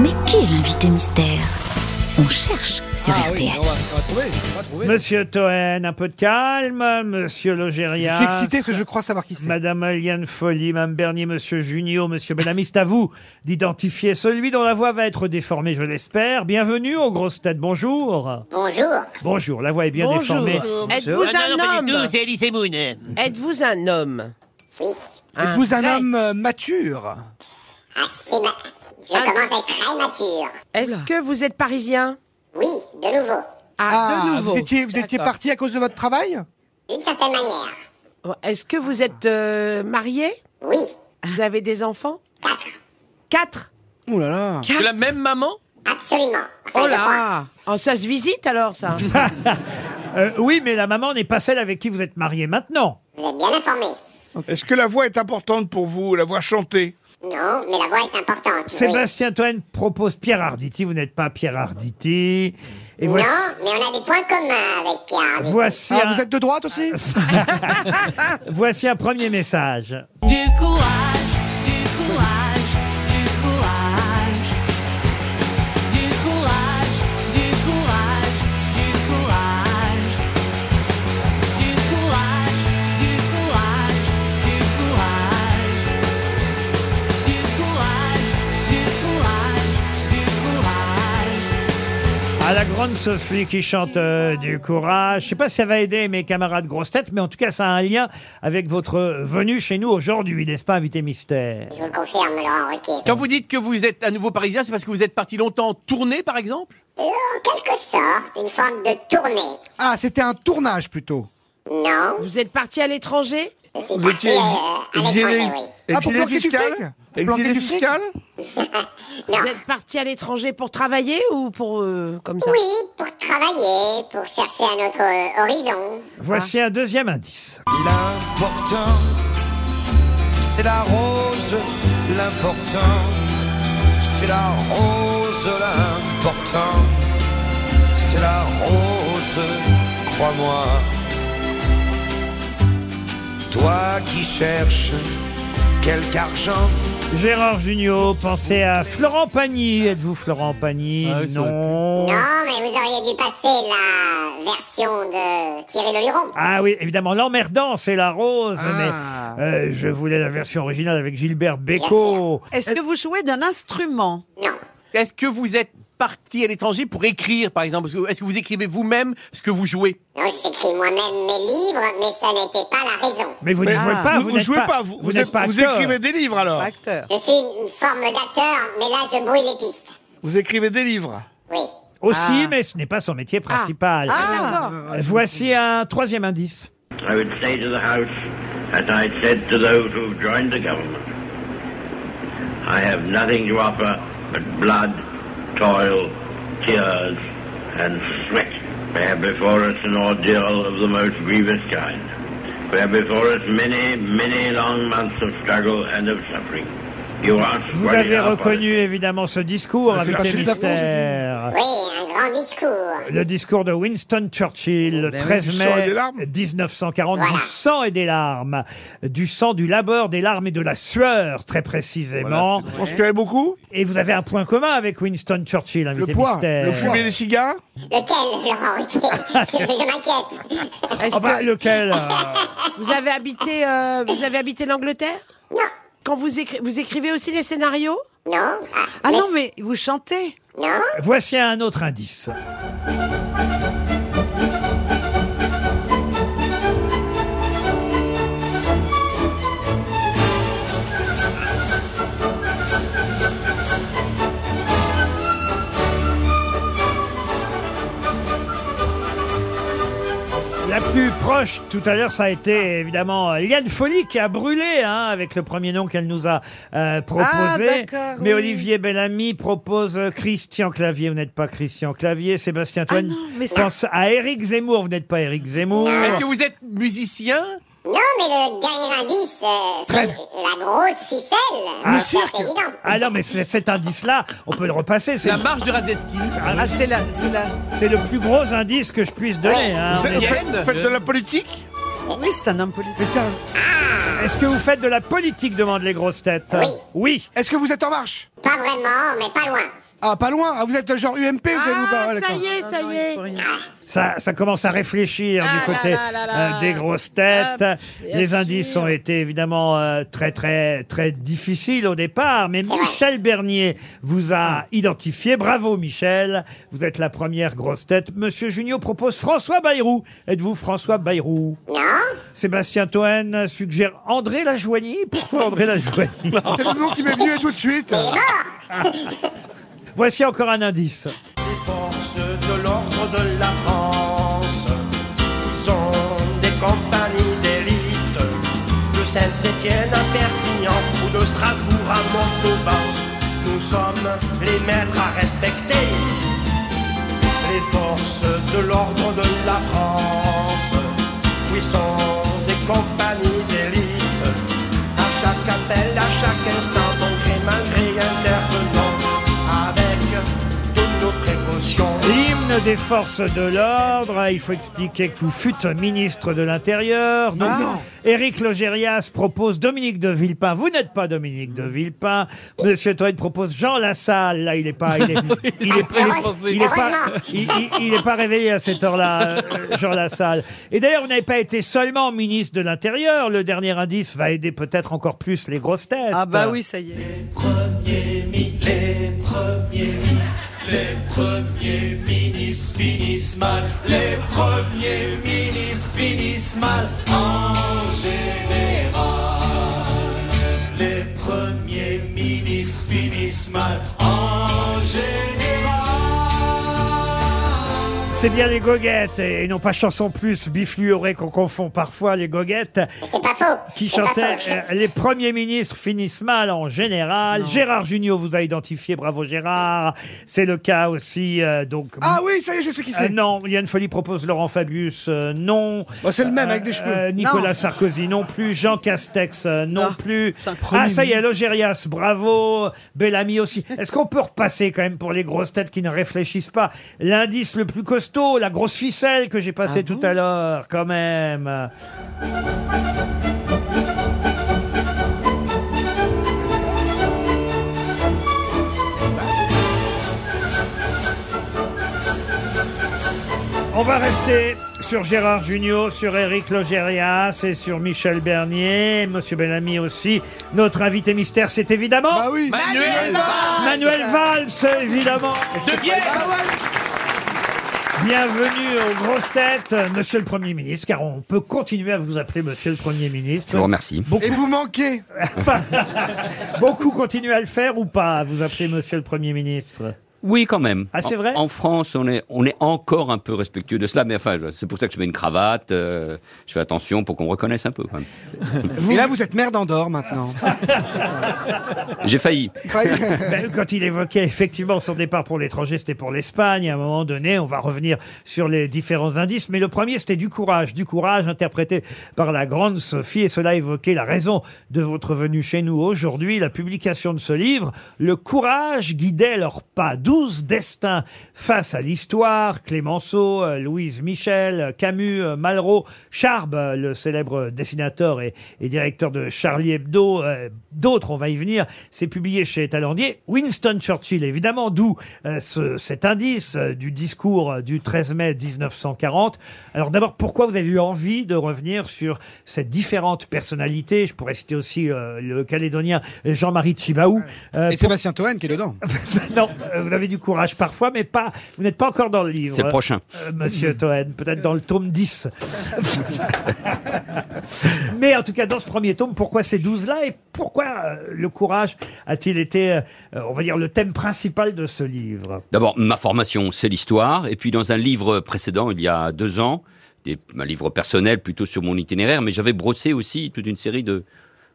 Mais qui est l'invité mystère On cherche sur Ah RTL. Monsieur Toen, un peu de calme. Monsieur Logérias. Je suis excité parce que je crois savoir qui c'est. Madame Liane Folly, Madame Bernier, Monsieur Junio, Monsieur Bellamy, c'est à vous d'identifier celui dont la voix va être déformée, je l'espère. Bienvenue aux grosses têtes, bonjour. Bonjour. Bonjour, la voix est bien déformée. Êtes-vous Oh, Ah, non, un non, pas du homme tout, c'est Elie Semoun. Êtes-vous un homme Suisse. Êtes-vous un vrai. homme euh, mature Assez Ah, ma... Je Ah. commence à être très mature. Est-ce que vous êtes parisien Oui, de nouveau. ah, de nouveau. Vous étiez, vous étiez D'accord. parti à cause de votre travail D'une certaine manière. Est-ce que vous êtes euh, marié Oui. Vous avez des enfants Quatre. Quatre Oh là là De la même maman Absolument. Enfin, Oh je crois. là Oh, Ça se visite alors, ça Euh, oui, mais la maman n'est pas celle avec qui vous êtes marié maintenant. Vous êtes bien informé. Est-ce que la voix est importante pour vous, la voix chantée Non, mais la voix est importante. oui. Sébastien Toen propose Pierre Arditi, vous n'êtes pas Pierre Arditi. Et voici, Non, mais on a des points communs avec Pierre. Arditi. voici, Ah, un, Vous êtes de droite aussi voici un premier message. Du courage, du courage, du courage. Du courage, du courage, du courage. Du courage, du courage, du courage. Du courage, du courage, du courage. À la grande Sophie qui chante euh, du courage. Je sais pas si ça va aider mes camarades grosses têtes, mais en tout cas, ça a un lien avec votre venue chez nous aujourd'hui, n'est-ce pas, invité mystère Je vous le confirme, Laurent Ruquier. Quand vous dites que vous êtes à nouveau parisien, c'est parce que vous êtes parti longtemps en tournée, par exemple Euh, En quelque sorte, une forme de tournée. Ah, c'était un tournage plutôt. Non, Vous êtes parti à l'étranger je suis parti euh, à l'étranger, oui. Ah, Exilé pour planquer du fric fiscal Pour planquer Exilé du fric fiscal Non. Vous êtes parti à l'étranger pour travailler ou pour... euh, comme ça Oui, pour travailler, pour chercher un autre euh, horizon. Voici Ah. un deuxième indice. L'important, c'est la rose, l'important, c'est la rose, l'important, c'est la rose, crois-moi. Toi qui cherches quelque argent, Gérard Junior, pensez à Florent Pagny. Êtes-vous Florent Pagny Ah oui, ça aurait Non. Non, mais vous auriez dû passer la version de Thierry Le Luron. Ah oui, évidemment, l'emmerdant, c'est la rose, Ah. mais euh, je voulais la version originale avec Gilbert Bécaud. Est-ce que vous jouez d'un instrument Non. Est-ce que vous êtes parti à l'étranger pour écrire, par exemple Est-ce que- Est-ce que vous écrivez vous-même ce que vous jouez Non, j'écris moi-même mes livres, mais ça n'était pas la raison. Mais vous ne Mais- ah. jouez pas, Ah, vous, vous, ne n'êtes jouez pas, vous, vous, vous n'êtes êtes- pas vous acteur. écrivez des livres alors Ah. Acteur. Je suis une forme d'acteur, mais là, je brouille les pistes. Vous écrivez des livres Oui. Aussi, mais ce n'est pas son métier principal. Ah, d'accord. Voici un troisième indice. I would say to the House, as I said to those who joined the government, I have nothing to offer but blood, toil, tears, and sweat. We have before us an ordeal of the most grievous kind. We have before us many, many long months of struggle and of suffering. You ask Vous what is avez our reconnu évidemment ce discours, c'est invité pas Céline Dion, mystère. Oui, un grand discours. Le discours de Winston Churchill, le Ben oui, 13 du sang et mai des larmes. 1940, du Voilà. sang et des larmes, du sang, du labeur, des larmes et de la sueur, très précisément. Vous Transpirez beaucoup et vous avez un point commun avec Winston Churchill, invité poids, mystère. le Vous fumez des cigares Lequel, Laurent Ruquier Je, je m'inquiète. Est-ce Ah bah, que lequel euh, vous avez habité, euh, vous avez habité l'Angleterre Non. Quand vous, écri- vous écrivez aussi les scénarios Non. Ah, Ah mais- non, mais vous chantez. Non. Voici un autre indice. La plus proche tout à l'heure, ça a été évidemment Liane Folly qui a brûlé hein, avec le premier nom qu'elle nous a euh, proposé. Ah, d'accord, Mais oui. Olivier Bellamy propose euh, Christian Clavier. Vous n'êtes pas Christian Clavier. Sébastien Toine non, mais ça- pense à Éric Zemmour. Vous n'êtes pas Éric Zemmour. Est-ce que vous êtes musicien Non, mais le dernier indice, euh, c'est la grosse ficelle. Ah, Mais ça, cirque. c'est évident. Ah non, mais c'est- cet indice-là, on peut le repasser. C'est La marche de Radetzky Ah, c'est là, c'est là. c'est le plus gros indice que je puisse donner. Oh, hein. Vous êtes- vous faites, Yann, vous faites de euh, la politique Oui, c'est un homme politique. Mais c'est un- Est-ce que vous faites de la politique demande les grosses têtes. Oui. Oui. Est-ce que vous êtes en marche Pas vraiment, mais pas loin. Ah, pas loin. Ah, vous êtes genre UMP, vous avez- ou pas Ah, Ouais, ça d'accord. y est, ça y est. Ça, ça commence à réfléchir Ah du côté là là là là. euh, des grosses têtes. Ah, Les sûr. indices ont été évidemment euh, très très très difficiles au départ, mais Michel Bernier vous a identifié. Bravo Michel, vous êtes la première grosse tête. Monsieur Junio propose François Bayrou. Êtes-vous François Bayrou Non Sébastien Toen suggère André Lajoigny. Pourquoi André Lajoigny C'est le nom qui m'est venu tout de suite. Voici encore un indice. forces de l'ordre de la France sont des compagnies d'élite de Saint-Étienne à Perpignan ou de Strasbourg à Montauban. Nous sommes les maîtres à respecter. Les forces de l'ordre de la France, oui, sont des compagnies d'élite. À chaque appel, à chaque instant, bon gré, malgré intervenant, avec toutes nos précautions. L'hymne des forces de l'ordre, il faut expliquer que vous fûtes ministre de l'Intérieur. Donc, Éric Logérias propose Dominique de Villepin. Vous n'êtes pas Dominique de Villepin. Monsieur Toed propose Jean Lassalle. Là, il n'est pas, il est, il est- il est- il est pas, il, il- il est pas réveillé à cette heure-là, euh, Jean Lassalle. Et d'ailleurs, vous n'avez pas été seulement ministre de l'Intérieur. Le dernier indice va aider peut-être encore plus les grosses têtes. Ah bah oui, ça y est. premiers mi- les premiers mi- les premiers ministres finissent mal, les premiers ministres finissent mal en général. Les premiers ministres finissent mal en général. C'est bien les goguettes et non pas chanson plus bifluorée qu'on confond parfois les goguettes. C'est pas faux. qui C'est pas chantait faux. euh, Les premiers ministres finissent mal en général. Gérard Junior vous a identifié, bravo Gérard. C'est le cas aussi. euh, donc, Ah oui, ça y est, je sais qui Euh, c'est. non, Yann Folie propose Laurent Fabius, euh, non. Bah, c'est le même, Euh, avec des cheveux. euh, Nicolas Sarkozy, non plus. Jean Castex, euh, non Ah, plus. c'est un premier Ah, ça y est, ministre. Logérias, bravo. Bellamy aussi. Est-ce qu'on peut repasser quand même pour les grosses têtes qui ne réfléchissent pas L'indice le plus costaud, la grosse ficelle que j'ai passée Ah tout à l'heure, quand même. On va rester sur Gérard Junior, sur Éric Logérias et sur Michel Bernier, Monsieur Bellamy aussi. Notre invité mystère, c'est évidemment Bah oui. Manuel Valls Manuel Valls, évidemment. de Ah Vienne Bienvenue aux grosses têtes, euh, Monsieur le Premier ministre, car on peut continuer à vous appeler Monsieur le Premier ministre. Je vous remercie. Et vous manquez. Enfin, beaucoup continuent à le faire ou pas, à vous appeler Monsieur le Premier ministre. Oui, quand même. Ah, c'est En- vrai En France, on est, on est encore un peu respectueux de cela, mais enfin, je- c'est pour ça que je mets une cravate, euh, je fais attention pour qu'on me reconnaisse un peu. quand même. Et là, vous êtes maire d'Andorre maintenant. J'ai failli. Ouais. Ben, quand il évoquait effectivement son départ pour l'étranger, c'était pour l'Espagne. À un moment donné, on va revenir sur les différents indices. Mais le premier, c'était du courage. Du courage interprété par la grande Sophie. Et cela évoquait la raison de votre venue chez nous aujourd'hui. La publication de ce livre, Le courage guidait leurs pas. Douze destins face à l'histoire. Clémenceau, euh, Louise Michel, euh, Camus, euh, Malraux, Charb, euh, le célèbre dessinateur et, et directeur de Charlie Hebdo. euh, D'autres, on va y venir. C'est publié chez Talandier. Winston Churchill, évidemment, d'où euh, ce- cet indice euh, du discours euh, du 13 mai 1940. Alors d'abord, pourquoi vous avez eu envie de revenir sur cette différente personnalité Je pourrais citer aussi euh, le Calédonien Jean-Marie Tchibaou. Euh, Et Sébastien Toen qui est dedans. non, euh, vous avez du courage parfois, mais pas. Vous n'êtes pas encore dans le livre. C'est le prochain. Euh, Monsieur Toen, peut-être dans le tome 10. Mais en tout cas, dans ce premier tome, pourquoi ces 12-là et pourquoi euh, le courage a-t-il été, euh, euh, on va dire, le thème principal de ce livre D'abord, ma formation, c'est l'histoire. Et puis, dans un livre précédent, il y a deux ans, des, un livre personnel plutôt sur mon itinéraire, mais j'avais brossé aussi toute une série de,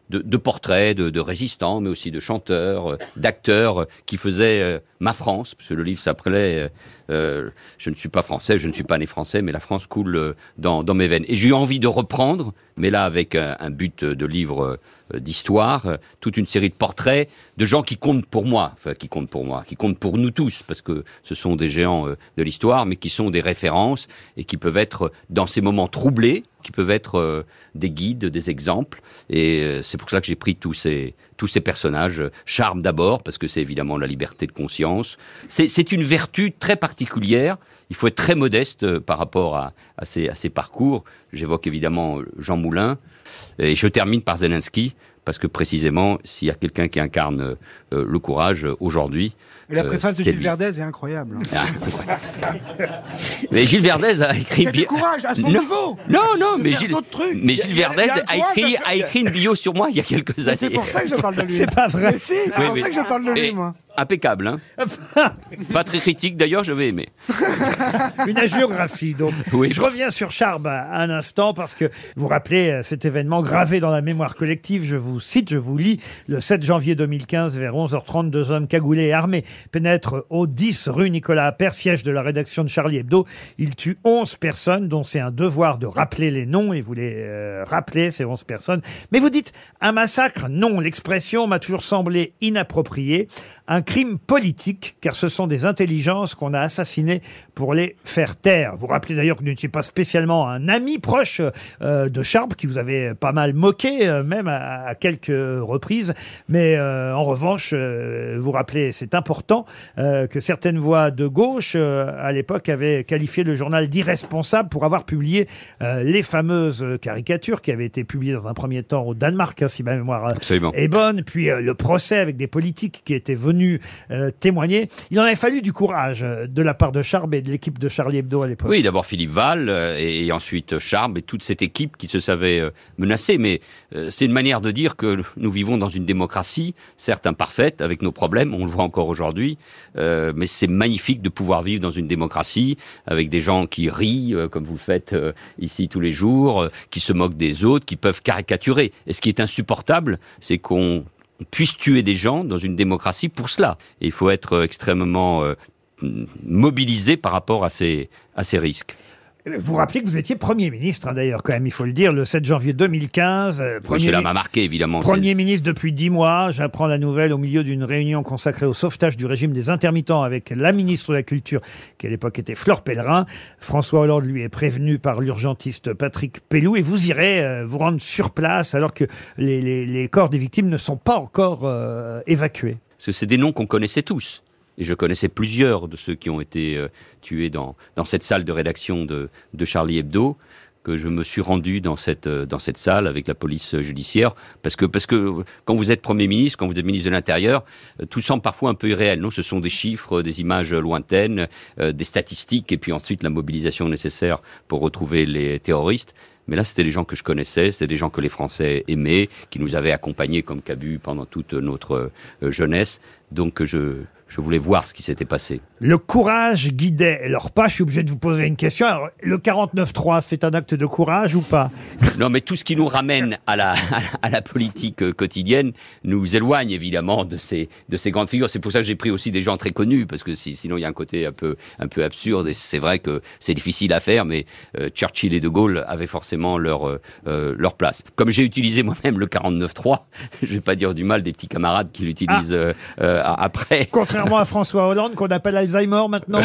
de, de portraits de, de résistants, mais aussi de chanteurs, euh, d'acteurs euh, qui faisaient euh, ma France, parce que le livre s'appelait euh, euh, Je ne suis pas français, je ne suis pas né français, mais la France coule euh, dans, dans mes veines. Et j'ai eu envie de reprendre, mais là avec un, un but euh, de livre euh, d'histoire, euh, toute une série de portraits de gens qui comptent pour moi, enfin qui comptent pour moi, qui comptent pour nous tous, parce que ce sont des géants euh, de l'histoire, mais qui sont des références et qui peuvent être, euh, dans ces moments troublés, qui peuvent être euh, des guides, des exemples. Et euh, c'est pour ça que j'ai pris tous ces, tous ces personnages. euh, Charme d'abord, parce que c'est évidemment la liberté de conscience. C'est c'est une vertu très particulière. Il faut être très modeste euh, par rapport à, à, ces, à ces parcours. J'évoque évidemment euh, Jean Moulin. Et je termine par Zelensky, parce que précisément, s'il y a quelqu'un qui incarne euh, euh, le courage euh, aujourd'hui. Et la euh, préface de c'est Gilles lui. Verdez est incroyable. Ah, Mais Gilles Verdez a écrit. Il y a du bien- courage à son Non. niveau. Non, non, De mais faire Gilles, d'autres trucs. mais Il y a- Gilles il y a- il y Verdez a un a courage écrit, à faire. a écrit une bio sur moi il y a quelques années. C'est pour ça que je parle de lui. C'est pas vrai. Mais si, c'est Oui, pour mais- ça que je parle de lui, Et moi. Impeccable, hein. Pas très critique d'ailleurs, j'avais aimé. Une agiographie, donc. Oui. Je reviens sur Charb un instant parce que vous rappelez euh, cet événement gravé dans la mémoire collective. Je vous cite, je vous lis. Le 7 janvier 2015, vers 11h30, deux hommes cagoulés et armés pénètrent au 10 rue Nicolas Appert, siège de la rédaction de Charlie Hebdo. Ils tuent 11 personnes dont c'est un devoir de rappeler les noms et vous les euh, rappelez, ces 11 personnes. Mais vous dites un massacre Non, l'expression m'a toujours semblé inappropriée. Un crime politique, car ce sont des intelligences qu'on a assassinées pour les faire taire. Vous rappelez d'ailleurs que vous n'étiez pas spécialement un ami proche euh, de Charb, qui vous avait pas mal moqué, euh, même à, à quelques reprises. Mais euh, en revanche, euh, vous rappelez, c'est important, euh, que certaines voix de gauche, euh, à l'époque, avaient qualifié le journal d'irresponsable pour avoir publié euh, les fameuses caricatures qui avaient été publiées dans un premier temps au Danemark, hein, si ma mémoire euh, Absolument. est bonne. Puis euh, le procès avec des politiques qui étaient venus euh, témoigner. Il en avait fallu du courage euh, de la part de Charb et de l'équipe de Charlie Hebdo à l'époque. Oui, d'abord Philippe Val euh, et, et ensuite euh, Charb et toute cette équipe qui se savait euh, menacée. Mais euh, c'est une manière de dire que nous vivons dans une démocratie, certes imparfaite, avec nos problèmes, on le voit encore aujourd'hui, euh, mais c'est magnifique de pouvoir vivre dans une démocratie avec des gens qui rient, euh, comme vous le faites euh, ici tous les jours, euh, qui se moquent des autres, qui peuvent caricaturer. Et ce qui est insupportable, c'est qu'on puisse tuer des gens dans une démocratie pour cela. Et il faut être euh, extrêmement euh, mobilisé par rapport à ces, à ces risques. Euh, Vous vous rappelez que vous étiez Premier ministre, hein, d'ailleurs, quand même, il faut le dire, le 7 janvier 2015. euh, Oui, premier cela mi- m'a marqué, évidemment. Premier ministre depuis dix mois, j'apprends la nouvelle au milieu d'une réunion consacrée au sauvetage du régime des intermittents avec la ministre de la Culture, qui à l'époque était Flore Pellerin. François Hollande lui est prévenu par l'urgentiste Patrick Pelou et vous irez euh, vous rendre sur place alors que les, les- les corps des victimes ne sont pas encore euh, évacués. Parce que c'est des noms qu'on connaissait tous. Et je connaissais plusieurs de ceux qui ont été euh, tués dans, dans cette salle de rédaction de, de Charlie Hebdo, que je me suis rendu dans cette, euh, dans cette salle avec la police euh, judiciaire. Parce que, parce que quand vous êtes Premier ministre, quand vous êtes ministre de l'Intérieur, euh, tout semble parfois un peu irréel. Non, ce sont des chiffres, euh, des images euh, lointaines, euh, des statistiques, et puis ensuite la mobilisation nécessaire pour retrouver les terroristes. Mais là, c'était des gens que je connaissais, c'était des gens que les Français aimaient, qui nous avaient accompagnés comme Cabu pendant toute notre euh, jeunesse. Donc, euh, je, je voulais voir ce qui s'était passé. Le courage guidait leur pas. Je suis obligé de vous poser une question. Alors, le 49-3, c'est un acte de courage ou pas Non, mais tout ce qui nous ramène à la, à la- à la politique euh, quotidienne nous éloigne évidemment de ces, de ces grandes figures. C'est pour ça que j'ai pris aussi des gens très connus, parce que si- sinon il y a un côté un peu, un peu absurde. Et c'est vrai que c'est difficile à faire, mais euh, Churchill et De Gaulle avaient forcément leur, euh, euh, leur place. Comme j'ai utilisé moi-même le 49.3, je vais pas dire du mal des petits camarades qui l'utilisent euh, euh, a- après. Contrairement à François Hollande, qu'on appelle Alzheimer maintenant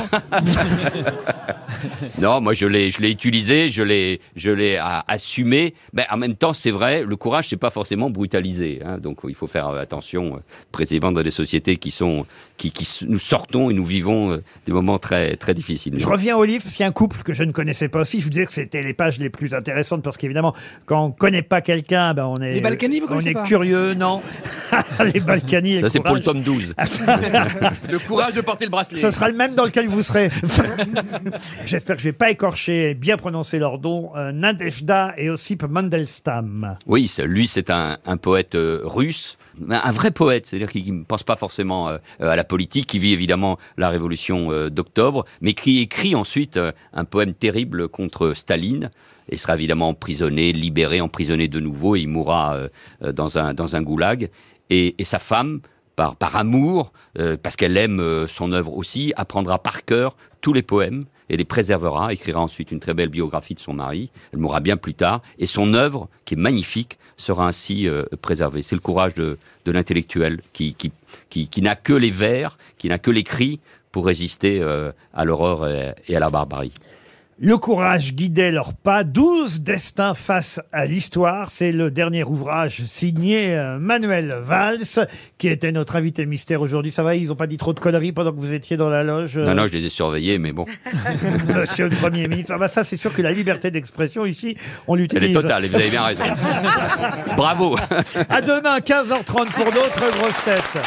Non, moi je l'ai, je l'ai utilisé, je l'ai, je l'ai a- assumé. Mais en même temps, c'est vrai, le courage, c'est pas forcément brutalisé. hein. donc il faut faire attention, euh, précisément dans des sociétés qui sont, qui, qui s- nous sortons et nous vivons euh, des moments très, très difficiles. Je reviens au livre, parce qu'il y a un couple que je ne connaissais pas aussi. Je vous disais que c'était les pages les plus intéressantes parce qu'évidemment, quand on ne connaît pas quelqu'un, ben on est, Les Balkany, vous on connaissez est pas curieux, non Les Balkany, et Ça, c'est pour le courage. tome 12. Le courage de porter le bracelet. Ce sera le même dans lequel vous serez. J'espère que je vais pas écorcher et bien prononcer leur don. Euh, Nadejda et Ossip Mandelstam. Oui, c'est- lui, c'est un, un poète euh, russe, un, un vrai poète, c'est-à-dire qui qui ne pense pas forcément euh, euh, à la politique, qui vit évidemment la révolution euh, d'octobre, mais qui écrit ensuite euh, un poème terrible contre Staline. et sera évidemment emprisonné, libéré, emprisonné de nouveau, et il mourra euh, euh, dans, un, dans un goulag. Et, et sa femme, par, par amour, euh, parce qu'elle aime euh, son œuvre aussi, apprendra par cœur tous les poèmes et les préservera, écrira ensuite une très belle biographie de son mari, elle mourra bien plus tard, et son œuvre, qui est magnifique, sera ainsi euh, préservée. C'est le courage de, de l'intellectuel qui, qui, qui, qui n'a que les vers, qui n'a que l'écrit pour résister euh, à l'horreur et, et à la barbarie. Le courage guidait leurs pas. 12 destins face à l'histoire. C'est le dernier ouvrage signé euh, Manuel Valls, qui était notre invité mystère aujourd'hui. Ça va, ils n'ont pas dit trop de conneries pendant que vous étiez dans la loge euh, Non, non, je les ai surveillés, mais bon. Monsieur le Premier ministre. Ah bah ça, c'est sûr que la liberté d'expression ici, on l'utilise. Elle est totale, et vous avez bien raison. Bravo À demain, 15h30 pour d'autres grosses têtes.